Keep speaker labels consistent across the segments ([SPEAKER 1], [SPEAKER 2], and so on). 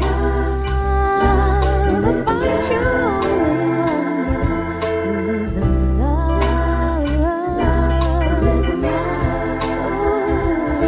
[SPEAKER 1] Love, find your only one. Live in love, live in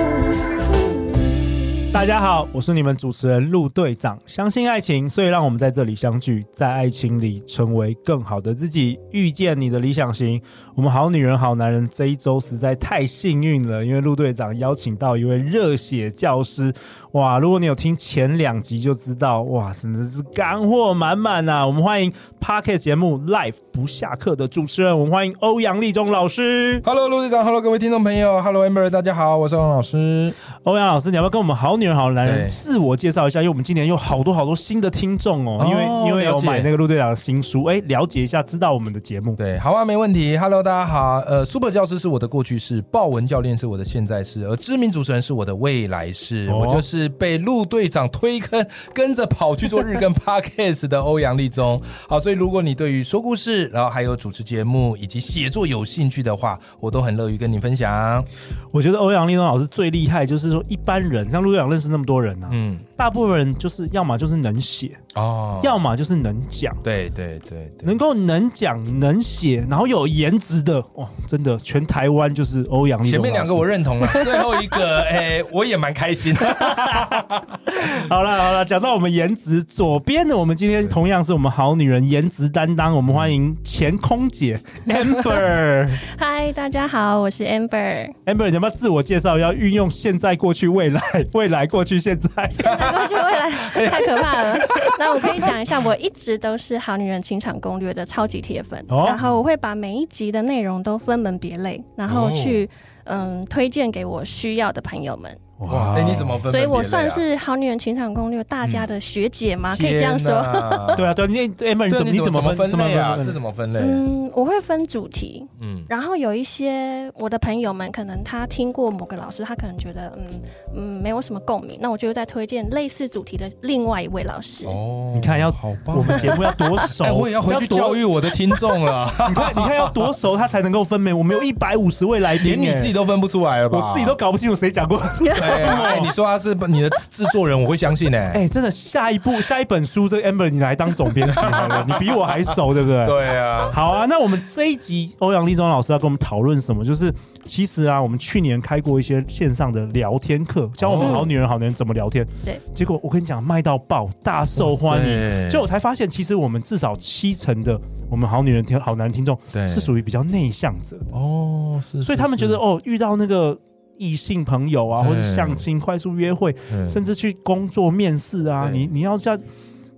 [SPEAKER 1] love.
[SPEAKER 2] 大家好，我是你们主持人陆队长。相信爱情，所以让我们在这里相聚，在爱情里成为更好的自己，遇见你的理想型。我们好女人、好男人这一周实在太幸运了，因为陆队长邀请到一位热血教师。哇，如果你有听前两集就知道，哇，真的是干货满满呐！我们欢迎 Pocket 节目 Live 不下课的主持人，我们欢迎欧阳立中老师。
[SPEAKER 3] Hello，陆队长，Hello，各位听众朋友，Hello Amber，大家好，我是王老师。
[SPEAKER 2] 欧阳老师，你要不要跟我们好女人、好男人
[SPEAKER 3] 对
[SPEAKER 2] 自我介绍一下？因为我们今年有好多好多新的听众哦，因
[SPEAKER 3] 哦
[SPEAKER 2] 为因为有
[SPEAKER 3] 了解
[SPEAKER 2] 买那个陆队长的新书，哎，了解一下，知道我们的节目。
[SPEAKER 3] 对，好啊，没问题。Hello，大家好。呃，Super 教师是我的过去式，豹文教练是我的现在式，而知名主持人是我的未来式。
[SPEAKER 2] 哦
[SPEAKER 3] 我就是被陆队长推坑，跟着跑去做日 更 Podcast 的欧阳立中。好，所以如果你对于说故事，然后还有主持节目以及写作有兴趣的话，我都很乐于跟你分享。
[SPEAKER 2] 我觉得欧阳立中老师最厉害，就是说一般人像陆队长认识那么多人啊，
[SPEAKER 3] 嗯，
[SPEAKER 2] 大部分人就是要么就是能写，
[SPEAKER 3] 哦，
[SPEAKER 2] 要么就是能讲。
[SPEAKER 3] 对对对对，
[SPEAKER 2] 能够能讲能写，然后有颜值的，哇，真的全台湾就是欧阳立中
[SPEAKER 3] 前面
[SPEAKER 2] 老
[SPEAKER 3] 两个
[SPEAKER 2] 师
[SPEAKER 3] 我认同了，最后一个， 哎、我也蛮开心的。
[SPEAKER 2] 好了好了，讲到我们颜值，左边的我们今天同样是我们好女人颜值担当，我们欢迎前空姐 Amber。
[SPEAKER 4] 嗨，大家好，我是 Amber。
[SPEAKER 2] Amber，你要不要自我介绍？要运用现在、过去、未来，未来、过去、现在。
[SPEAKER 4] 来过去未来太可怕了。那我可以讲一下，我一直都是《好女人情场攻略》的超级铁粉，
[SPEAKER 2] 哦
[SPEAKER 4] 然后我会把每一集的内容都分门别类，然后去、嗯推荐给我需要的朋友们。
[SPEAKER 3] 哇，哎、你怎么分、
[SPEAKER 4] 所以我算。是《好女人情场攻略》大
[SPEAKER 3] 嗯
[SPEAKER 4] 家的学姐吗？可以这样说。
[SPEAKER 3] 说
[SPEAKER 2] 对啊，对啊，你 Amber，你
[SPEAKER 3] 对，
[SPEAKER 2] 怎么
[SPEAKER 3] 你怎
[SPEAKER 2] 怎
[SPEAKER 3] 么
[SPEAKER 2] 么分
[SPEAKER 3] 分类啊？
[SPEAKER 2] 分
[SPEAKER 3] 这怎么分类？
[SPEAKER 4] 嗯，我会分主题，
[SPEAKER 3] 嗯，
[SPEAKER 4] 然后有一些我的朋友们，可能他听过某个老师，他可能觉得嗯嗯没有什么共鸣，那我就会再推荐类似主题的另外一位老师。
[SPEAKER 3] 哦
[SPEAKER 2] 你看要
[SPEAKER 3] 好
[SPEAKER 2] 我们节目要多熟，
[SPEAKER 3] 哎，我也要回去
[SPEAKER 2] 多
[SPEAKER 3] 教育。我的听众了，
[SPEAKER 2] 你看，你看要多熟，他才能够分辨。我们有一百五十位来宾，哎
[SPEAKER 3] 连你自己，都啊分不出来了吧？
[SPEAKER 2] 我自己都搞不清楚谁讲 过。
[SPEAKER 3] 对啊，哎，你说他是你的制作人，我会相信哎。
[SPEAKER 2] 哎，真的，下一步下一本书，这个 Amber 你来当总编辑好了，你比我还熟，对不对？
[SPEAKER 3] 对啊，
[SPEAKER 2] 好啊，那我们这一集欧阳立中老师要跟我们讨论什么？就是其实啊，我们去年开过一些线上的聊天课，教我们好女人、好男人怎么聊天。
[SPEAKER 4] 对
[SPEAKER 2] 结果我跟你讲，卖到爆，大受欢
[SPEAKER 3] 哇塞
[SPEAKER 2] 迎。就我才发现，其实我们至少七成的我们好女人听、好男人听众
[SPEAKER 3] 对
[SPEAKER 2] 是属于比较内向者的，
[SPEAKER 3] 哦，是
[SPEAKER 2] 所以他们觉得，哦，遇到那个异性朋友啊，
[SPEAKER 3] 对
[SPEAKER 2] 或者相亲、快速约会，甚至
[SPEAKER 3] 至
[SPEAKER 2] 去工作面试啊，
[SPEAKER 3] 对
[SPEAKER 2] 你你要这样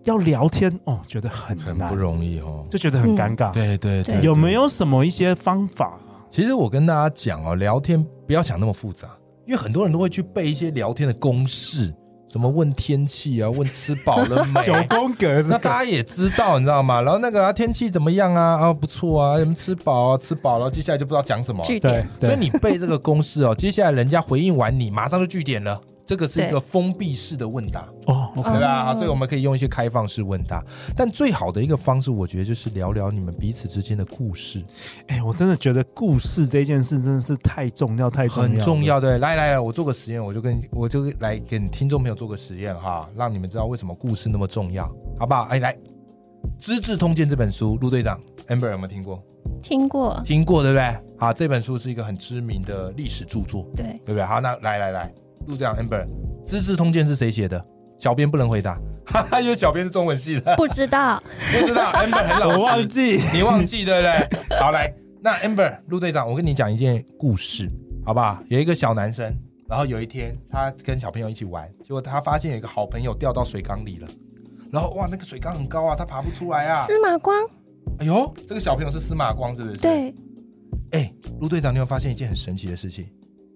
[SPEAKER 2] 要聊天哦，觉得很
[SPEAKER 3] 很
[SPEAKER 2] 难
[SPEAKER 3] 不，容易哦。
[SPEAKER 2] 就觉得很尴尬。
[SPEAKER 3] 对对对，
[SPEAKER 4] 对
[SPEAKER 2] 有没有什么一些方法？，
[SPEAKER 3] 其实我跟大家讲哦，聊天不要想那么复杂，因为很多人都会去背一些聊天的公式，什么问天气啊，问吃饱了没
[SPEAKER 2] 九宫格
[SPEAKER 3] 哎那
[SPEAKER 2] 子
[SPEAKER 3] 大家也知道，你知道吗？然后那个、啊、天气怎么样啊？啊，不错啊，你们吃饱啊，吃饱，然后接下来就不知道讲什么。
[SPEAKER 4] 据点
[SPEAKER 2] 对。对，
[SPEAKER 3] 所以你背这个公式哦，接 下来人家回应完你，马上就据点了。这个是一个
[SPEAKER 4] 对
[SPEAKER 3] 封闭式的问答，
[SPEAKER 2] 哦，OK，
[SPEAKER 3] 对吧？
[SPEAKER 4] 哦
[SPEAKER 3] 好所以我们可以用一些开放式问答，但最好的一个方式，我觉得就是聊聊你们彼此之间的故事，
[SPEAKER 2] 哎、我真的觉得故事这件事真的是太重要，太重要，
[SPEAKER 3] 很重。要的。来来来，我做个实验，我就跟我就来给听众朋友做个实验哈，让你们知道为什么故事那么重要，好不好？哎，来，《资治通鉴》这本书，陆队长 Amber 有没有听过？
[SPEAKER 4] 听过，
[SPEAKER 3] 听过对不对？好，这本书是一个很知名的历史著作，
[SPEAKER 4] 对，
[SPEAKER 3] 对不对？好，那来来来，陆队长 Amber，《资治通鉴》是谁写的？小编不能回答， 哈哈，因为小编是中文系的，
[SPEAKER 4] 不知道，
[SPEAKER 3] 不 知道 Amber 很
[SPEAKER 2] 我
[SPEAKER 3] 老
[SPEAKER 2] 忘
[SPEAKER 3] 实，
[SPEAKER 2] 记，
[SPEAKER 3] 你忘记对不对？好，来，那 Amber 陆队长，我跟你讲一件故事，好不好？有一个小男生，然后有一天他跟小朋友一起玩，结果他发现有一个好朋友掉到水缸里了，然后哇，那个水缸很高啊，他爬不出来 啊。
[SPEAKER 4] 司马光，
[SPEAKER 3] 哎呦，这个小朋友是司马光，是不是？
[SPEAKER 4] 对，
[SPEAKER 3] 哎，陆队长，你有没有发现一件很神奇的事情？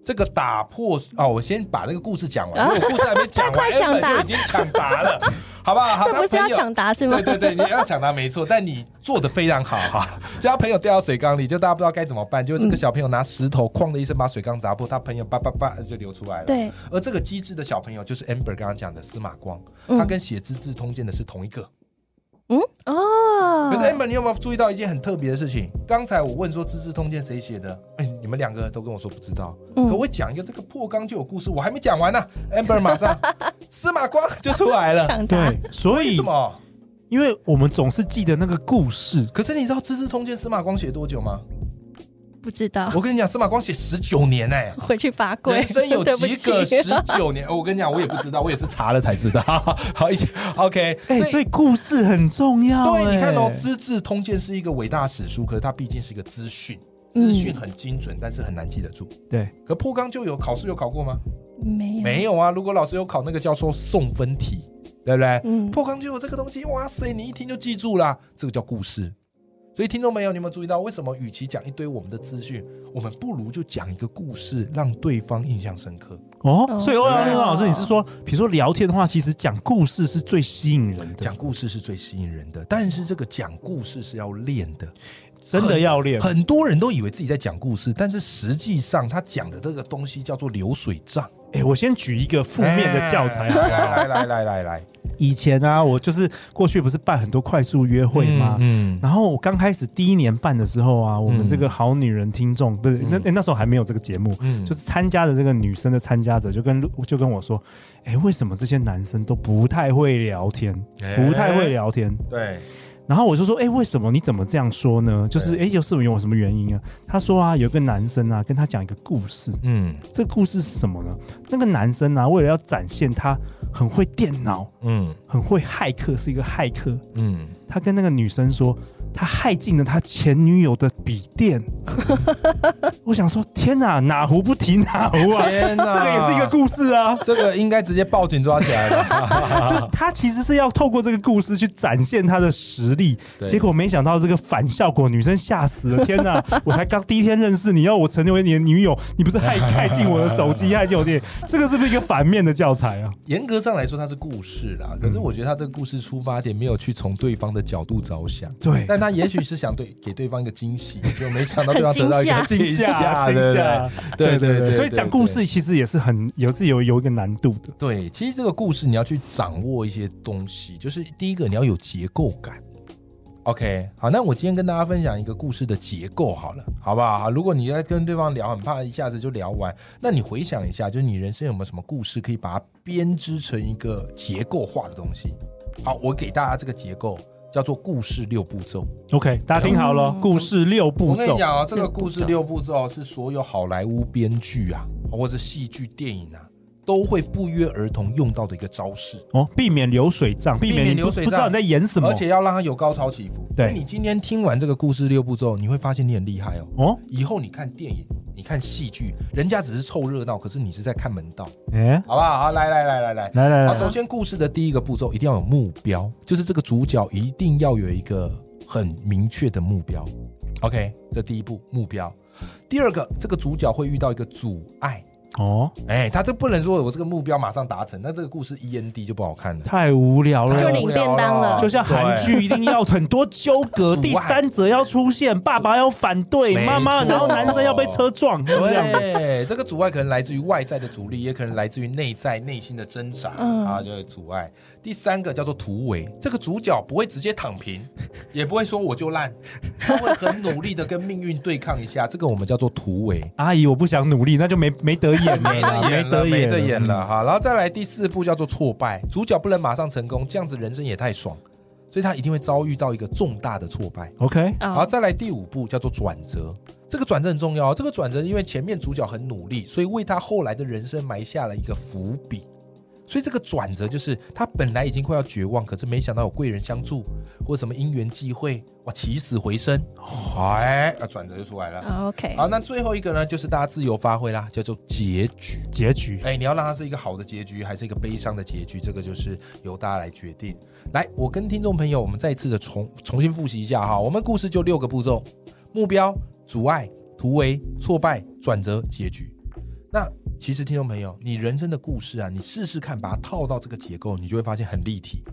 [SPEAKER 3] 这个打破啊、我先把这个故事讲完，
[SPEAKER 4] 啊
[SPEAKER 3] 因为我故事还没讲 完，
[SPEAKER 4] 快抢答
[SPEAKER 3] Amber 就已经抢答了，好不好？好
[SPEAKER 4] 这不是
[SPEAKER 3] 啊他
[SPEAKER 4] 要
[SPEAKER 3] 朋友
[SPEAKER 4] 抢答是吗
[SPEAKER 3] 对？对对，你要抢答没错，但你做的非常好哈。就他朋友掉到水缸里，就大家不知道该怎么办，就这
[SPEAKER 4] 嗯
[SPEAKER 3] 个小朋友拿石头哐的一声把水缸砸破，他朋友叭叭叭就流出来了。，
[SPEAKER 4] 对，
[SPEAKER 3] 而这个机智的小朋友就是 Amber 刚刚讲的司马光，
[SPEAKER 4] 嗯
[SPEAKER 3] 他跟写《资治通鉴》的是同一个。
[SPEAKER 4] 嗯哦，
[SPEAKER 3] 可是哎 Amber，你有没有注意到一件很特别的事情？刚才我问说《资治通鉴》谁写的，哎、你们两个都跟我说不知道。可
[SPEAKER 4] 嗯，
[SPEAKER 3] 我讲一个这个破缸就有故事，我还没讲完呢、a m b e r 马上司马光就出来了。
[SPEAKER 4] 抢答
[SPEAKER 2] 对，所
[SPEAKER 3] 啊为
[SPEAKER 2] 以
[SPEAKER 3] 什么？
[SPEAKER 2] 因为我们总是记得那个故事，
[SPEAKER 3] 可是你知道《资治通鉴》司马光写多久吗？
[SPEAKER 4] 不知道，
[SPEAKER 3] 我跟你讲，司马光写十九年 哎、
[SPEAKER 4] 回去罚跪，
[SPEAKER 3] 人生有
[SPEAKER 4] 对不
[SPEAKER 3] 几个
[SPEAKER 4] 起
[SPEAKER 3] 十九年？哦我跟你讲，我也不知道，我也是查了才知 道。好，一起 OK。
[SPEAKER 2] 哎、所以故事很重要、
[SPEAKER 3] 对，你看哦，
[SPEAKER 2] 哎
[SPEAKER 3] 《资治通鉴》是一个伟大史书，可是它毕竟是一个资讯，
[SPEAKER 4] 嗯
[SPEAKER 3] 资讯很精准，但是很难记得住。
[SPEAKER 2] 对，
[SPEAKER 3] 可破缸就有考试有考过吗？
[SPEAKER 2] 嗯
[SPEAKER 4] 没有
[SPEAKER 3] 没有啊，如果老师有考那个叫做送分题，对不对？
[SPEAKER 4] 嗯
[SPEAKER 3] 破缸就有这个东西，哇塞，你一听就记住啦，这个叫故事。所以听众朋友，你有没有注意到，为什么与其讲一堆我们的资讯，我们不如就讲一个故事，让对方印象深刻？
[SPEAKER 2] 哦，
[SPEAKER 4] 哦
[SPEAKER 2] 所以欧阳立中老师，你是说，比如说聊天的话，其实讲故事是最吸引人的，
[SPEAKER 3] 讲故事是最吸引人的，但是这个讲故事是要练的。
[SPEAKER 2] 真的要练，
[SPEAKER 3] 很多人都以为自己在讲故事，但是实际上他讲的这个东西叫做流水账，
[SPEAKER 2] 哎、我先举一个负面
[SPEAKER 3] 哎
[SPEAKER 2] 的教材好不好
[SPEAKER 3] 来来来来来来，
[SPEAKER 2] 以前啊，我就是过去不是办很多快速约会吗？
[SPEAKER 3] 嗯，
[SPEAKER 2] 然后我刚开始第一年办的时候啊，我们这个好女人听众、不是那、诶那时候还没有这个节目，
[SPEAKER 3] 嗯
[SPEAKER 2] 就是参加的这个女生的参加者就跟就跟我说，哎、为什么这些男生都不太会聊天，
[SPEAKER 3] 诶
[SPEAKER 2] 不太会聊天？
[SPEAKER 3] 对，
[SPEAKER 2] 然后我就说，哎、为什么？你怎么这样说呢？就是哎、
[SPEAKER 3] 对
[SPEAKER 2] 诶有什么有什么原因啊？他说啊，有一个男生啊，跟他讲一个故事，
[SPEAKER 3] 嗯
[SPEAKER 2] 这个故事是什么呢？那个男生啊，为了要展现他很会电脑，
[SPEAKER 3] 嗯
[SPEAKER 2] 很会骇客，是一个骇客。
[SPEAKER 3] 嗯，
[SPEAKER 2] 他跟那个女生说，他害进了他前女友的笔 电。我想说，天哪，哪壶不提哪壶啊！
[SPEAKER 3] 天哪
[SPEAKER 2] 这个也是一个故事啊。
[SPEAKER 3] 这个应该直接报警抓起 来了，
[SPEAKER 2] 就他其实是要透过这个故事去展现他的实力，
[SPEAKER 3] 对
[SPEAKER 2] 结果没想到这个反效果，女生吓死了！天 哪，我才刚第一天认识你，要我成为你的女友，你不是害害进我的手机，害进我的 电，这个是不是一个反面的教材啊？
[SPEAKER 3] 严格上来说，它是故事啦，
[SPEAKER 2] 嗯
[SPEAKER 3] 可是我觉得它这个故事出发点没有去从对方的角度着想。
[SPEAKER 2] 对
[SPEAKER 3] 但他也许是想对给对方一个惊喜，就没想到对方得到一个
[SPEAKER 4] 很
[SPEAKER 3] 惊吓，
[SPEAKER 2] 惊吓，
[SPEAKER 3] 对不对对对对对
[SPEAKER 2] 所以讲故事其实也是很有是有有一个难度的，
[SPEAKER 3] 对，其实这个故事你要去掌握一些东西，就是第一个你要有结构感。OK，好，那我今天跟大家分享一个故事的结构好了，好不好？好如果你要跟对方聊，很怕一下子就聊完，那你回想一下，就是你人生有没有什么故事可以把它编织成一个结构化的东西？好，我给大家这个结构叫做故事六步骤。
[SPEAKER 2] OK，大家听好了，
[SPEAKER 4] 嗯
[SPEAKER 2] 故事六步
[SPEAKER 3] 我跟
[SPEAKER 2] 骤
[SPEAKER 3] 你。讲啊，这个故事六步骤哦是所有好莱坞编剧啊，或是戏剧、电影啊，都会不约而同用到的一个招式。
[SPEAKER 2] 哦，避免流水账，避
[SPEAKER 3] 避免
[SPEAKER 2] 免你不
[SPEAKER 3] 流水
[SPEAKER 2] 不知道
[SPEAKER 3] 账
[SPEAKER 2] 你在演什么
[SPEAKER 3] 而。且要让它有高潮起伏。
[SPEAKER 2] 对
[SPEAKER 3] 所以你今天听完这个故事六步骤，你会发现你很厉害哦。
[SPEAKER 2] 哦，
[SPEAKER 3] 以后你看电影，你看戏剧，人家只是凑热闹，可是你是在看门道，
[SPEAKER 2] 哎，
[SPEAKER 3] 好不好？好，来来来来来。
[SPEAKER 2] 来来
[SPEAKER 3] 好，
[SPEAKER 2] 来，
[SPEAKER 3] 首先故事的第一个步骤一定要有目标，就是这个主角一定要有一个很明确的目标。OK，这第一步目标。第二个，这个主角会遇到一个阻碍，
[SPEAKER 2] 哦，
[SPEAKER 3] 哎，他这不能说我这个目标马上达成，那这个故事 END 就不好看了。
[SPEAKER 2] 太无聊了，
[SPEAKER 4] 就领
[SPEAKER 3] 无聊
[SPEAKER 4] 便当了
[SPEAKER 2] 就像韩剧一定要很多纠 葛，
[SPEAKER 3] 对
[SPEAKER 2] 第三者要出现，爸爸要反对
[SPEAKER 3] 没
[SPEAKER 2] 妈妈，
[SPEAKER 3] 错
[SPEAKER 2] 然后男生要被车撞，是 这样子。
[SPEAKER 3] 对，这个阻碍可能来自于外在的阻力，也可能来自于内在内心的挣扎、
[SPEAKER 4] 嗯
[SPEAKER 3] 啊，就是阻碍。第三个叫做突围，这个主角不会直接躺平，也不会说我就烂，他会很努力的跟命运对抗一下，这个我们叫做突围。
[SPEAKER 2] 阿姨，我不想努力，那就没没得演了啦，
[SPEAKER 3] 演了
[SPEAKER 2] 得
[SPEAKER 3] 没
[SPEAKER 2] 演，
[SPEAKER 3] 得演了哈，然后再来第四步叫做挫败，主角不能马上成功，这样子人生也太爽，所以他一定会遭遇到一个重大的挫败。
[SPEAKER 2] 嗯。OK，
[SPEAKER 3] 好，
[SPEAKER 4] 哦，
[SPEAKER 3] 再来第五步叫做转折。这个转折很重要哦，这个转折因为前面主角很努力，所以为他后来的人生埋下了一个伏笔。所以这个转折就是他本来已经快要绝望，可是没想到有贵人相助，或什么因缘际会，哇，起死回生，哎，啊，转折就出来了。
[SPEAKER 4] 啊 OK，
[SPEAKER 3] 好，那最后一个呢，就是大家自由发挥啦，叫做结局。
[SPEAKER 2] 结局
[SPEAKER 3] 哎，你要让它是一个好的结局，还是一个悲伤的结局？这个就是由大家来决定。来，我跟听众朋友，我们再一次的重重新复习一下哈。我们故事就六个步骤：目标、阻碍、突围、挫败、转折、结局。那其实听众朋友，你人生的故事啊，你试试看，把它套到这个结构，你就会发现很立体，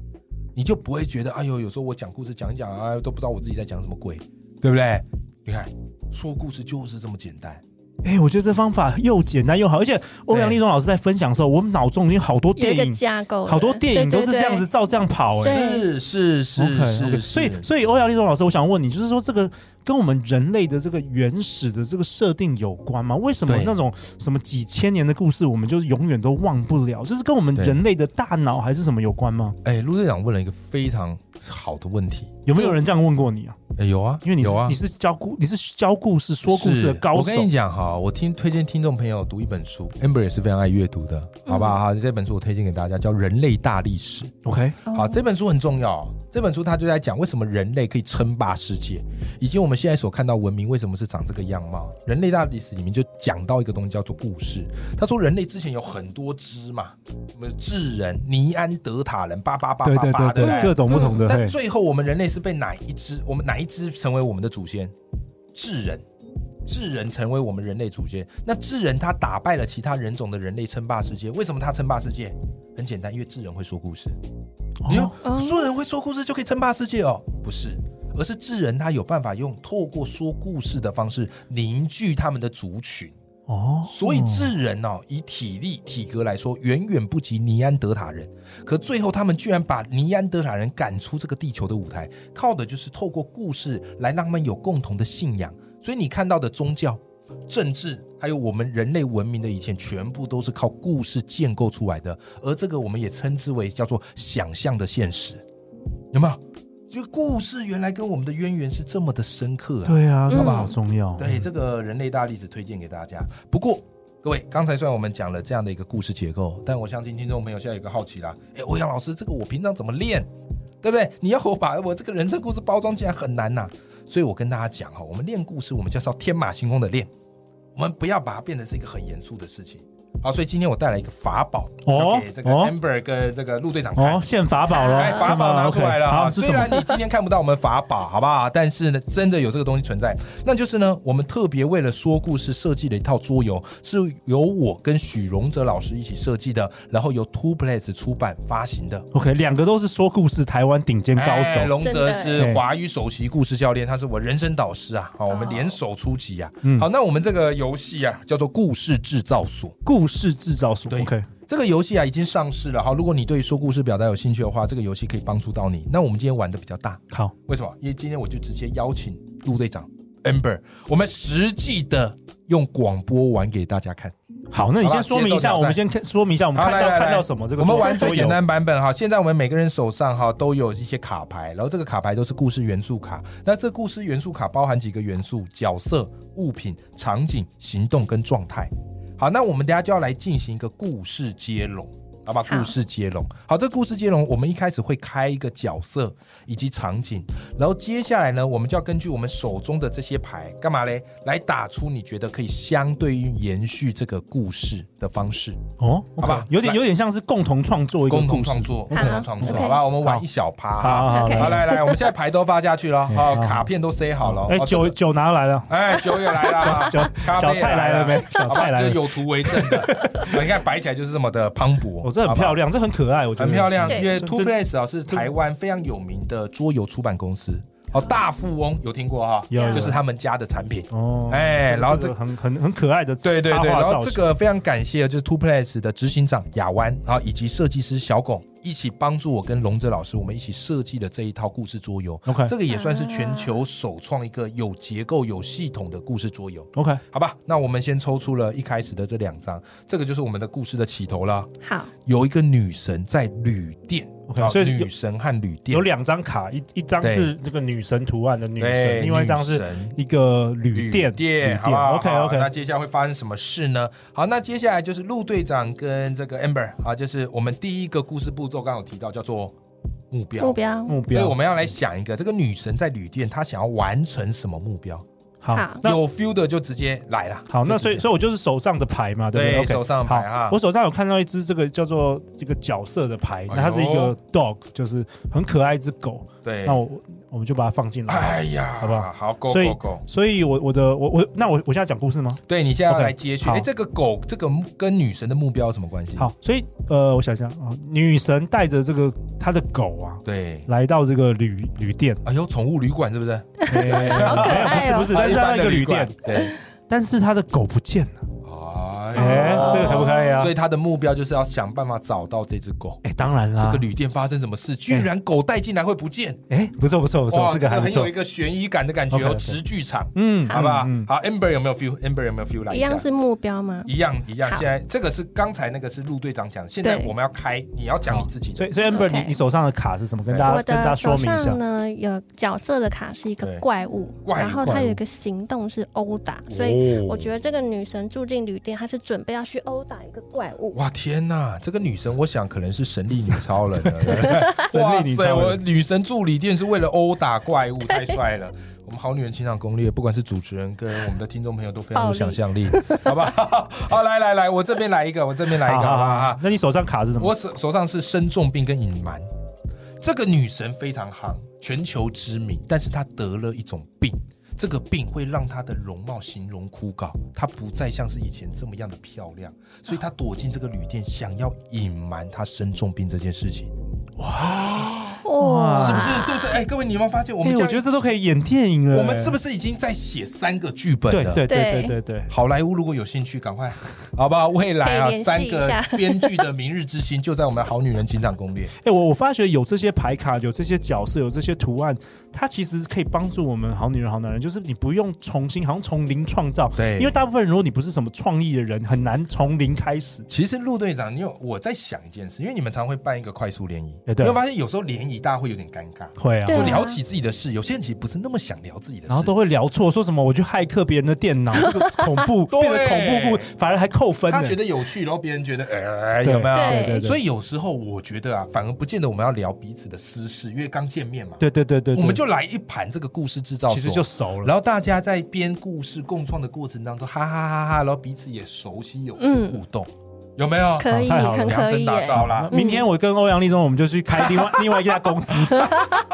[SPEAKER 3] 你就不会觉得哎呦，有时候我讲故事讲一哎讲啊，都不知道我自己在讲什么鬼，对不对？你看，说故事就是这么简单。
[SPEAKER 2] 哎、我觉得这方法又简单又好，而且欧阳立中老师在分享的时候，我脑中已经好多
[SPEAKER 4] 有
[SPEAKER 2] 电
[SPEAKER 4] 一个
[SPEAKER 2] 影，
[SPEAKER 4] 架构的，
[SPEAKER 2] 好多电影都是这样子照这样跑、哎。
[SPEAKER 4] 对
[SPEAKER 3] 是是是
[SPEAKER 2] OK，OK
[SPEAKER 3] 是，
[SPEAKER 2] 所
[SPEAKER 3] 是
[SPEAKER 2] 以所以欧阳立中老师，我想问你，就是说这个跟我们人类的这个原始的这个设定有关吗？为什么
[SPEAKER 3] 对
[SPEAKER 2] 那种什么几千年的故事，我们就是永远都忘不了？这是跟我们
[SPEAKER 3] 对
[SPEAKER 2] 人类的大脑还是什么有关吗？
[SPEAKER 3] 哎，陆队长问了一个非常好的问题。
[SPEAKER 2] 有没有人这样问过你啊？
[SPEAKER 3] 哎，有啊，
[SPEAKER 2] 因为你是
[SPEAKER 3] 有啊
[SPEAKER 2] 你，是教故你是教故事说故事的高
[SPEAKER 3] 是我
[SPEAKER 2] 手，
[SPEAKER 3] 跟你讲哈，我听推荐听众朋友读一本书，Amber 也是非常爱阅读的，好不好？好，这本书我推荐给大家，叫《人类大历史》。
[SPEAKER 2] OK，
[SPEAKER 3] 好，这本书很重要。这本书它就在讲为什么人类可以称霸世界，以及我们现在所看到文明为什么是长这个样貌。人类大历史里面就讲到一个东西叫做故事。他说人类之前有很多支嘛，什么智人、尼安德塔人、叭叭叭
[SPEAKER 2] 对
[SPEAKER 3] 叭
[SPEAKER 2] 对
[SPEAKER 3] 叭，
[SPEAKER 2] 对
[SPEAKER 3] 对不嗯
[SPEAKER 2] 对，各种不同的，嘿
[SPEAKER 3] 但最后我们人类是被哪一支？我们哪一支成为我们的祖先？智人，智人成为我们人类祖先。那智人他打败了其他人种的人类，称霸世界。为什么他称霸世界？很简单，因为智人会说故事。你
[SPEAKER 2] 哦
[SPEAKER 3] 看，所有人会说故事就可以称霸世界哦？不是，而是智人他有办法用透过说故事的方式凝聚他们的族群。
[SPEAKER 2] 哦，
[SPEAKER 3] 所以智人哦，以体力体格来说，远远不及尼安德塔人。可最后，他们居然把尼安德塔人赶出这个地球的舞台，靠的就是透过故事来让他们有共同的信仰。所以你看到的宗教、政治，还有我们人类文明的以前，全部都是靠故事建构出来的。而这个我们也称之为叫做想象的现实，有没有？这个故事原来跟我们的渊源是这么的深刻啊！
[SPEAKER 2] 对啊，他们
[SPEAKER 4] 嗯
[SPEAKER 2] 好重要，
[SPEAKER 3] 对，这个人类大历史推荐给大家。不过，各位，刚才虽然我们讲了这样的一个故事结构，但我相信听众朋友现在有个好奇啦，哎，欧阳老师，这个我平常怎么练？对不对？你要我把我这个人生故事包装起来很难呐、所以我跟大家讲哈、我们练故事，我们就是要天马行空的练，我们不要把它变成是一个很严肃的事情。好，所以今天我带来一个法宝，
[SPEAKER 2] 哦
[SPEAKER 3] 要给这个
[SPEAKER 2] 哦
[SPEAKER 3] Amber 跟这个陆队长看。
[SPEAKER 2] 哦，宪法宝喽，
[SPEAKER 3] 来，哎法宝拿出来了
[SPEAKER 2] 宪法
[SPEAKER 3] 哈。
[SPEAKER 2] 好是
[SPEAKER 3] 虽
[SPEAKER 2] 什么
[SPEAKER 3] 然？你今天看不到我们法宝，好不好？但是呢，真的有这个东西存在。那就是呢，我们特别为了说故事设计了一套桌游，是由我跟许荣哲老师一起设计的，然后由 Two Place 出版发行的。
[SPEAKER 2] OK，两个都是说故事台湾顶尖高
[SPEAKER 3] 哎
[SPEAKER 2] 手，
[SPEAKER 3] 龙泽
[SPEAKER 4] 真
[SPEAKER 3] 是
[SPEAKER 2] 的
[SPEAKER 3] 华语首席故事教练，他是我人生导师啊。好，我们联手出击啊。
[SPEAKER 2] 嗯
[SPEAKER 3] 好，那我们这个游戏啊，叫做故事制造所。
[SPEAKER 2] 故事制造所
[SPEAKER 3] 对
[SPEAKER 2] OK，
[SPEAKER 3] 这个游戏啊已经上市了哈，如果你对说故事表达有兴趣的话，这个游戏可以帮助到你。那我们今天玩的比较大，
[SPEAKER 2] 好，
[SPEAKER 3] 为什么？因为今天我就直接邀请陆队长 Amber，我们实际的用广播玩给大家看。
[SPEAKER 2] 好，那你
[SPEAKER 3] 好
[SPEAKER 2] 先
[SPEAKER 3] 吧
[SPEAKER 2] 说明一
[SPEAKER 3] 接受挑
[SPEAKER 2] 下，
[SPEAKER 3] 战
[SPEAKER 2] 我们先看说明一下我们
[SPEAKER 3] 好
[SPEAKER 2] 看
[SPEAKER 3] 来
[SPEAKER 2] 到
[SPEAKER 3] 来来
[SPEAKER 2] 看到什么这个
[SPEAKER 3] 我
[SPEAKER 2] 桌
[SPEAKER 3] 们
[SPEAKER 2] 游，
[SPEAKER 3] 玩
[SPEAKER 2] 桌
[SPEAKER 3] 最
[SPEAKER 2] 游
[SPEAKER 3] 简单版本哈，现在我们每个人手上哈都有一些卡牌，然后这个卡牌都是故事元素卡。那这故事元素卡包含几个元素：角色、物品、场景、行动跟状态。好，那我们等一下就要来进行一个故事接龙。好吧，
[SPEAKER 4] 好
[SPEAKER 3] 故事接龙。好，这故事接龙，我们一开始会开一个角色以及场景，然后接下来呢，我们就要根据我们手中的这些牌，干嘛嘞？来打出你觉得可以相对应延续这个故事的方式。
[SPEAKER 2] 哦
[SPEAKER 3] 好吧
[SPEAKER 2] ，OK，有点
[SPEAKER 3] 来
[SPEAKER 2] 有点像是共同创作一个
[SPEAKER 3] 共同
[SPEAKER 2] 故事
[SPEAKER 3] 创，作，共
[SPEAKER 4] 好
[SPEAKER 3] 同创作，
[SPEAKER 4] OK
[SPEAKER 3] 好吧？我们玩
[SPEAKER 2] 好
[SPEAKER 3] 一小趴
[SPEAKER 2] 好
[SPEAKER 3] 哈。
[SPEAKER 2] 好
[SPEAKER 4] OK
[SPEAKER 3] 好，
[SPEAKER 2] 好，
[SPEAKER 3] 来来，我们现在牌都发下去了，
[SPEAKER 2] 嗯
[SPEAKER 3] 好，
[SPEAKER 2] 好
[SPEAKER 3] 卡片都塞好了。
[SPEAKER 2] 哎
[SPEAKER 3] 哦，
[SPEAKER 2] 酒，
[SPEAKER 3] 这个
[SPEAKER 2] 酒拿来了，
[SPEAKER 3] 哎，酒也来 了，
[SPEAKER 2] 酒
[SPEAKER 3] 咖啡
[SPEAKER 2] 小
[SPEAKER 3] 也
[SPEAKER 2] 菜来了没？小
[SPEAKER 3] 好吧
[SPEAKER 2] 菜来
[SPEAKER 3] 这
[SPEAKER 2] 了，
[SPEAKER 3] 有图为证的。 你看摆起来就是这么的磅礴，
[SPEAKER 2] 哦，这很
[SPEAKER 3] 好不好
[SPEAKER 2] 漂亮，这很可爱，我觉得
[SPEAKER 3] 很漂亮。
[SPEAKER 4] 对
[SPEAKER 3] 因为
[SPEAKER 2] 这
[SPEAKER 3] Two
[SPEAKER 2] 这
[SPEAKER 3] Place 啊是台湾非常有名的桌游出版公司，哦，大富翁有听过哈，
[SPEAKER 2] 有有
[SPEAKER 3] 就是他们家的产品。
[SPEAKER 2] 哦，
[SPEAKER 3] 哎，然后这
[SPEAKER 2] 个很很很可爱的
[SPEAKER 3] 对对
[SPEAKER 2] 插
[SPEAKER 3] 对，
[SPEAKER 2] 画
[SPEAKER 3] 然
[SPEAKER 2] 造
[SPEAKER 3] 后
[SPEAKER 2] 型
[SPEAKER 3] 这个非常感谢就是 Two Place 的执行长雅湾，然后以及设计师小巩一起帮助我跟龙泽老师，我们一起设计的这一套故事桌游。
[SPEAKER 2] OK
[SPEAKER 3] 这个也算是全球首创一个有结构、有系统的故事桌游。
[SPEAKER 2] OK
[SPEAKER 3] 好吧，那我们先抽出了一开始的这两张，这个就是我们的故事的起头了。
[SPEAKER 4] 好，
[SPEAKER 3] 有一个女神在旅店
[SPEAKER 2] OK，
[SPEAKER 3] 好
[SPEAKER 2] 所以有
[SPEAKER 3] 女神和旅店
[SPEAKER 2] 有两张卡，一一张
[SPEAKER 3] 对
[SPEAKER 2] 是这个女神图案的女
[SPEAKER 3] 对
[SPEAKER 2] 神，另外一张
[SPEAKER 3] 女
[SPEAKER 2] 是
[SPEAKER 3] 神
[SPEAKER 2] 一个旅
[SPEAKER 3] 旅
[SPEAKER 2] 店
[SPEAKER 3] 店，好不好
[SPEAKER 2] OK
[SPEAKER 3] 好那
[SPEAKER 2] OK，
[SPEAKER 3] 接下来会发生什么事呢？好，那接下来就是陆队长跟这个 Amber 啊，就是我们第一个故事步骤，刚刚有提到叫做目标。
[SPEAKER 4] 目标
[SPEAKER 2] 目
[SPEAKER 3] 所以
[SPEAKER 2] 标
[SPEAKER 3] 我们要来想一个，这个女神在旅店，她想要完成什么目标？
[SPEAKER 2] 好
[SPEAKER 4] 好
[SPEAKER 2] 那
[SPEAKER 3] 有 feel 的就直接来了。
[SPEAKER 2] 好，那
[SPEAKER 3] 就直
[SPEAKER 2] 所以
[SPEAKER 3] 接
[SPEAKER 2] 所以我就是手上的牌嘛，不
[SPEAKER 3] 对
[SPEAKER 2] 对？OK，
[SPEAKER 3] 手上的牌
[SPEAKER 2] 好
[SPEAKER 3] 哈
[SPEAKER 2] 我手上有看到一只这个叫做这个角色的牌，那它是一
[SPEAKER 3] 哎呦
[SPEAKER 2] 个 dog，就是很可爱一只狗。
[SPEAKER 3] 对
[SPEAKER 2] 那，我我们就把它放进来。
[SPEAKER 3] 哎呀，
[SPEAKER 2] 好不好
[SPEAKER 3] 好，Go
[SPEAKER 2] 所以
[SPEAKER 3] Go Go！
[SPEAKER 2] 所以我我的我我那我我现在讲故事吗？
[SPEAKER 3] 对你现在要
[SPEAKER 2] OK，
[SPEAKER 3] 来接续。
[SPEAKER 2] 好
[SPEAKER 3] 哎，这个狗，这个跟女神的目标有什么关系？，
[SPEAKER 2] 好，所以呃，我想想啊，女神带着这个她的狗啊，
[SPEAKER 3] 对。
[SPEAKER 2] 来到这个旅旅店，
[SPEAKER 3] 哎呦，宠物旅馆是不是？ 啊
[SPEAKER 2] 哎不是不是，但是来
[SPEAKER 3] 一
[SPEAKER 2] 到
[SPEAKER 3] 般
[SPEAKER 2] 一
[SPEAKER 3] 的
[SPEAKER 2] 个
[SPEAKER 3] 旅
[SPEAKER 2] 旅
[SPEAKER 3] 馆
[SPEAKER 2] 店，
[SPEAKER 3] 对，
[SPEAKER 2] 但是他的狗不见了，
[SPEAKER 3] 哎，
[SPEAKER 2] 哎、这个可不可以啊？
[SPEAKER 3] 所以他的目标就是要想办法找到这只狗。
[SPEAKER 2] 哎、当然啦
[SPEAKER 3] 这个，旅店发生什么事？居然狗带进来会不见，
[SPEAKER 2] 哎、不错不错不错，
[SPEAKER 3] 哇，
[SPEAKER 2] 这个还不
[SPEAKER 3] 很有
[SPEAKER 2] 错
[SPEAKER 3] 一，个悬疑感的感觉
[SPEAKER 2] OK，OK
[SPEAKER 3] 哦，直剧场，
[SPEAKER 2] 嗯，
[SPEAKER 3] 好不好
[SPEAKER 2] 嗯？嗯
[SPEAKER 3] 好，Amber 有没有 feel？Amber 有没有 feel？来
[SPEAKER 4] 一
[SPEAKER 3] 下
[SPEAKER 4] 样是目标吗？
[SPEAKER 3] 一样一样。
[SPEAKER 4] 好
[SPEAKER 3] 现在这个是刚才那个是陆队长讲，现在
[SPEAKER 4] 对
[SPEAKER 3] 我们要开，你要讲你自己的。
[SPEAKER 2] 所以所以 Amber，你
[SPEAKER 4] OK
[SPEAKER 2] 你手上的卡是什么？跟
[SPEAKER 3] 对
[SPEAKER 2] 大家
[SPEAKER 4] 我
[SPEAKER 2] 跟大
[SPEAKER 4] 的
[SPEAKER 2] 家说
[SPEAKER 4] 手
[SPEAKER 2] 明一下
[SPEAKER 4] 上。呢有角色的卡是一个
[SPEAKER 3] 对
[SPEAKER 4] 怪物，
[SPEAKER 3] 怪物
[SPEAKER 4] 然后
[SPEAKER 3] 怪
[SPEAKER 4] 它
[SPEAKER 3] 物
[SPEAKER 4] 有一个行动是殴打，所
[SPEAKER 2] 哦
[SPEAKER 4] 以
[SPEAKER 5] 以
[SPEAKER 4] 我觉得这个女神住进旅店，她是准备要去殴打一个怪物。
[SPEAKER 3] 哇天呐，这个女神，我想可能是神力女超 人 了。
[SPEAKER 2] 神力女超人
[SPEAKER 3] 我女神助理店是为了殴打怪物，太帅 了。我们好女人情场攻略，不管是主持人跟我们的听众朋友都非常有想象力，好吧？好， 来来来，我这边来一个，我这边来一
[SPEAKER 2] 好
[SPEAKER 3] 个，
[SPEAKER 2] 好
[SPEAKER 3] 好 不好？
[SPEAKER 2] 好
[SPEAKER 3] 啊，
[SPEAKER 2] 那你手上卡是什么？
[SPEAKER 3] 我手手上是生重病跟隐瞒，这个女神非常夯，全球知名，但是她得了一种病。这个病会让她的容貌形容枯槁，她不再像是以前这么样的漂亮，所以她躲进这个旅店，想要隐瞒她生重病这件事情，
[SPEAKER 4] 哇
[SPEAKER 3] 是不是？是不是？哎，各位，你有没有发现我
[SPEAKER 2] 我
[SPEAKER 3] 们
[SPEAKER 2] 啊我
[SPEAKER 3] 这样？
[SPEAKER 2] 觉得这都可以演电影了。
[SPEAKER 3] 我们是不是已经在写三个剧本
[SPEAKER 2] 对
[SPEAKER 3] 了？
[SPEAKER 2] 对对
[SPEAKER 4] 对
[SPEAKER 2] 对对对，
[SPEAKER 3] 好莱坞如果有兴趣，赶快，好不好？未来
[SPEAKER 4] 可以
[SPEAKER 3] 啊，
[SPEAKER 4] 联系
[SPEAKER 3] 三
[SPEAKER 4] 一
[SPEAKER 3] 个
[SPEAKER 4] 下
[SPEAKER 3] 编剧的明日之星就在我们《好女人情场攻略》。
[SPEAKER 2] 哎、我我发觉有这些牌卡，有这些角色，有这些图案，它其实可以帮助我们好女人、好男人，就是你不用重新，好像从零创造。
[SPEAKER 3] 对
[SPEAKER 2] 因为大部分人如果你不是什么创意的人，很难从零开始。
[SPEAKER 3] 其实陆队长，你有我在想一件事，因为你们常会办一个快速联谊，
[SPEAKER 2] 哎
[SPEAKER 3] 你
[SPEAKER 2] 对
[SPEAKER 3] 会发现有时候联谊大家会有点尴尬，
[SPEAKER 2] 会啊，
[SPEAKER 4] 对
[SPEAKER 3] 就
[SPEAKER 4] 啊
[SPEAKER 3] 聊起自己的事，有些人其实不是那么想聊自己的事，
[SPEAKER 2] 然后都会聊错，说什么我去骇客别人的电脑，这个恐怖
[SPEAKER 3] 对
[SPEAKER 2] 变得恐怖故事，反而还扣分呢。
[SPEAKER 3] 他觉得有趣，然后别人觉得哎、
[SPEAKER 2] 对
[SPEAKER 3] 有没有？
[SPEAKER 4] 对
[SPEAKER 2] 对对对
[SPEAKER 3] 所以有时候我觉得啊，反而不见得我们要聊彼此的私事，因为刚见面嘛，
[SPEAKER 2] 对对对对，对
[SPEAKER 3] 我们就来一盘这个故事制造所，
[SPEAKER 2] 其实就熟了。
[SPEAKER 3] 然后大家在编故事共创的过程当中，哈哈哈哈，然后彼此也熟悉有
[SPEAKER 4] 嗯
[SPEAKER 3] 互动，有没有？
[SPEAKER 4] 可以，
[SPEAKER 2] 太好了
[SPEAKER 4] 很
[SPEAKER 3] 量
[SPEAKER 4] 可
[SPEAKER 3] 身
[SPEAKER 4] 以
[SPEAKER 3] 打
[SPEAKER 4] 耶。
[SPEAKER 3] 造啦
[SPEAKER 2] 那，明天我跟欧阳立中，我们就去开 另外另外一家公司，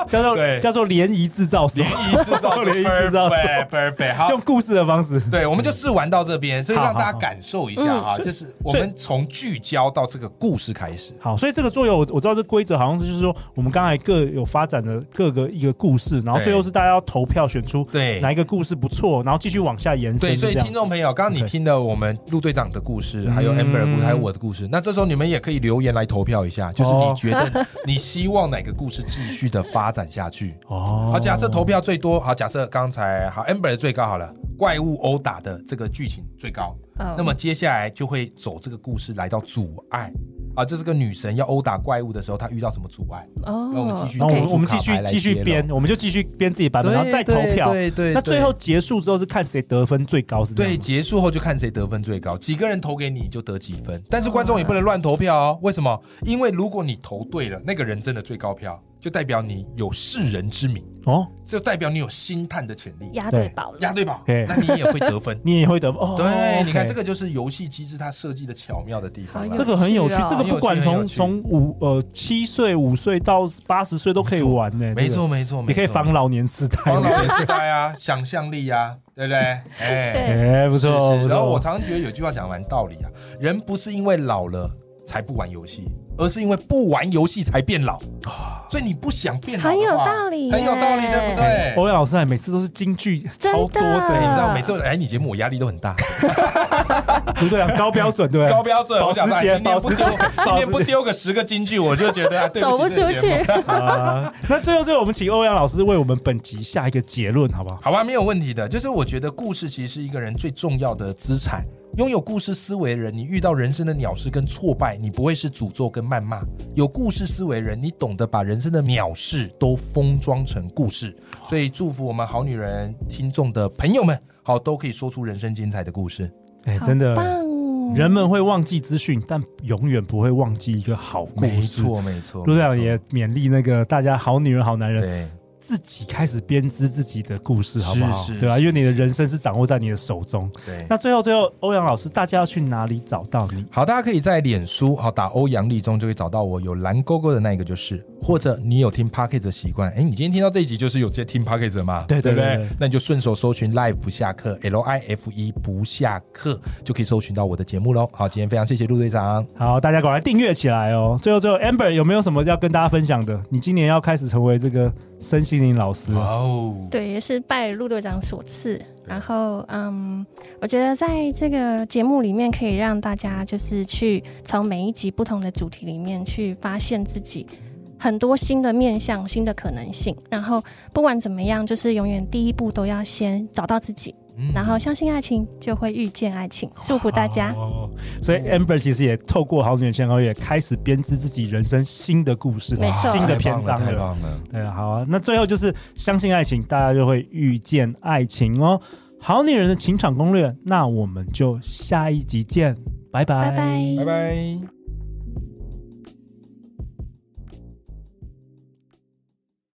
[SPEAKER 2] 叫做
[SPEAKER 3] 对
[SPEAKER 2] 叫做联谊制造所
[SPEAKER 3] 联，谊制造所
[SPEAKER 2] 联谊制造所
[SPEAKER 3] ，perfect，perfect，好，
[SPEAKER 2] 用故事的方式。
[SPEAKER 3] 对，我们就试玩到这边，所以
[SPEAKER 2] 好
[SPEAKER 3] 让大
[SPEAKER 2] 好
[SPEAKER 3] 家
[SPEAKER 2] 好
[SPEAKER 3] 感受一
[SPEAKER 2] 嗯
[SPEAKER 3] 下哈，就是我们从聚焦到这个故事开始。
[SPEAKER 2] 好，所以这个桌游我我知道这规则好像是就是说，我们刚才各有发展的各个一个故事，然后
[SPEAKER 3] 对
[SPEAKER 2] 最后是大家要投票选出
[SPEAKER 3] 对
[SPEAKER 2] 哪一个故事不错，然后继续往下延
[SPEAKER 3] 对，
[SPEAKER 2] 伸。
[SPEAKER 3] 所以
[SPEAKER 2] 这样
[SPEAKER 3] 听众朋友，刚刚你
[SPEAKER 2] OK
[SPEAKER 3] 听了我们陆队长的故事，还有
[SPEAKER 2] 嗯
[SPEAKER 3] Amber 的故事，还有我的故事，那这时候你们也可以留言来投票一下，就是
[SPEAKER 2] 哦
[SPEAKER 3] 你 觉得你希望哪个故事继续的发展下去？
[SPEAKER 2] 哦，
[SPEAKER 3] 好，假设投票最多，好，假设刚才好 Amber 最高好了，怪物殴打的这个剧情最高，
[SPEAKER 4] 嗯
[SPEAKER 3] 那么接下来就会走这个故事来到阻碍啊，这是个女神要殴打怪物的时候，她遇到什么阻碍？
[SPEAKER 4] 哦，
[SPEAKER 3] 那我们继续
[SPEAKER 2] 然后我们我们继
[SPEAKER 3] 可以
[SPEAKER 2] 续
[SPEAKER 3] 卡牌来
[SPEAKER 2] 继续
[SPEAKER 3] 揭
[SPEAKER 2] 编，我们就继续编自己版本，然后再投票。
[SPEAKER 3] 对对，
[SPEAKER 2] 那最后结束之后是看谁得分最高，是这样
[SPEAKER 3] 对
[SPEAKER 2] 吗。
[SPEAKER 3] 结束后就看谁得分最高，几个人投给你就得几分。但是观众也不能乱投票哦，为什么？因为如果你投对了，那个人真的最高票，就代表你有世人之名，
[SPEAKER 2] 哦，
[SPEAKER 3] 就代表你有星探的潜力，
[SPEAKER 4] 押对
[SPEAKER 2] 对
[SPEAKER 4] 宝了。
[SPEAKER 3] 押对吧？
[SPEAKER 2] 对。
[SPEAKER 3] 那你也会得分
[SPEAKER 2] 你也会得分哦。
[SPEAKER 3] 对，
[SPEAKER 2] OK
[SPEAKER 3] 你看这。个就是游戏机制它设计的巧妙的地方啊啦。
[SPEAKER 4] 好
[SPEAKER 2] 这个很有趣
[SPEAKER 4] 有趣哦，
[SPEAKER 2] 这个不管
[SPEAKER 3] 很
[SPEAKER 2] 从
[SPEAKER 3] 有趣
[SPEAKER 2] 从五呃七岁、五岁到八十岁都可以玩呢，
[SPEAKER 3] 没
[SPEAKER 2] 这个
[SPEAKER 3] 错没错，
[SPEAKER 2] 你可以
[SPEAKER 3] 没错
[SPEAKER 2] 防老年痴呆
[SPEAKER 3] 防
[SPEAKER 2] 嘛。
[SPEAKER 3] 老年痴呆啊，想象力啊，对不对？哎，
[SPEAKER 4] 对
[SPEAKER 2] 哎，不错，
[SPEAKER 3] 是
[SPEAKER 2] 不错
[SPEAKER 3] 是。然后我常常觉得有句话讲蛮道理啊，人不是因为老了才不玩游戏，而是因为不玩游戏才变老。
[SPEAKER 2] 啊
[SPEAKER 3] 所以你不想变老的话，
[SPEAKER 4] 很有道理耶
[SPEAKER 3] 很有道理，对不对？
[SPEAKER 2] 欧阳老师啊还每次都是京剧超多
[SPEAKER 4] 真
[SPEAKER 3] 哎你
[SPEAKER 4] 的
[SPEAKER 3] 知
[SPEAKER 2] 的，
[SPEAKER 3] 道每次来你节目，我压力都很大，
[SPEAKER 2] 不对啊，高标准对不对
[SPEAKER 3] 高标准。我
[SPEAKER 2] 保
[SPEAKER 3] 想
[SPEAKER 2] 时
[SPEAKER 3] 说
[SPEAKER 2] 捷，
[SPEAKER 3] 今天
[SPEAKER 2] 保
[SPEAKER 3] 不
[SPEAKER 2] 时捷
[SPEAKER 3] 丢，，今天
[SPEAKER 2] 保
[SPEAKER 3] 不
[SPEAKER 2] 时捷
[SPEAKER 3] 丢个十个金句，我就觉得啊对
[SPEAKER 4] 走
[SPEAKER 3] 不
[SPEAKER 4] 不
[SPEAKER 3] 起
[SPEAKER 4] 出。
[SPEAKER 3] 这个节目
[SPEAKER 4] 去，
[SPEAKER 2] 啊。那最后最后，我们请欧阳老师为我们本集下一个结论，好不好？
[SPEAKER 3] 好吧，没有问题的。就是我觉得故事其实是一个人最重要的资产。拥有故事思维的人，你遇到人生的鸟事跟挫败，你不会是诅咒跟谩骂。有故事思维的人，你懂得把人生的鸟事都封装成故事。所以祝福我们好女人听众的朋友们，好都可以说出人生精彩的故事。
[SPEAKER 2] 哎，真的
[SPEAKER 4] 好，棒，哦
[SPEAKER 2] 人们会忘记资讯，但永远不会忘记一个好故
[SPEAKER 3] 没
[SPEAKER 2] 事。
[SPEAKER 3] 错，没错。
[SPEAKER 2] 陆队长
[SPEAKER 3] 没错
[SPEAKER 2] 啊也勉励那个大家好女人、好男人，
[SPEAKER 3] 对，
[SPEAKER 2] 自己开始编织自己的故事，好不好
[SPEAKER 3] 是是？
[SPEAKER 2] 对啊，
[SPEAKER 3] 是
[SPEAKER 2] 因为你的人生是掌握在你的手中。
[SPEAKER 3] 对
[SPEAKER 2] 那最后最后，欧阳老师，大家要去哪里找到你？
[SPEAKER 3] 好，大家可以在脸书好打欧阳立中就会找到我，有蓝勾勾的那一个就是，或者你有听 p a c k a g e 的习惯，哎、你今天听到这一集就是有在听 p a c k a g e 嘛，
[SPEAKER 2] 对对
[SPEAKER 3] 不
[SPEAKER 2] 对对
[SPEAKER 3] 那你就顺手搜寻 Live 不下课，L I F E 不下课就可以搜寻到我的节目喽。好，今天非常谢谢陆队长，
[SPEAKER 2] 好，大家赶快订阅起来哦！最后最后，Amber 有没有什么要跟大家分享的？你今年要开始成为这个身心灵老师了，
[SPEAKER 3] 哦，
[SPEAKER 4] 对，也是拜陆队长所赐，然后，嗯，我觉得在这个节目里面，可以让大家就是去从每一集不同的主题里面去发现自己很多新的面向、新的可能性。然后，不管怎么样，就是永远第一步都要先找到自己，
[SPEAKER 3] 嗯
[SPEAKER 4] 然后相信爱情，就会遇见爱情。祝福大家！
[SPEAKER 2] 哦，所以 Amber 其实也透过《好女人健康月》开始编织自己人生新的故事
[SPEAKER 4] 没、错
[SPEAKER 2] 新的
[SPEAKER 3] 太
[SPEAKER 2] 篇
[SPEAKER 3] 棒了
[SPEAKER 2] 章
[SPEAKER 3] 太
[SPEAKER 2] 了。
[SPEAKER 3] 棒了！
[SPEAKER 2] 对啊，好啊。那最后就是相信爱情，大家就会遇见爱情哦。好女人的情场攻略，那我们就下一集见，拜拜，
[SPEAKER 4] 拜拜
[SPEAKER 3] 拜拜。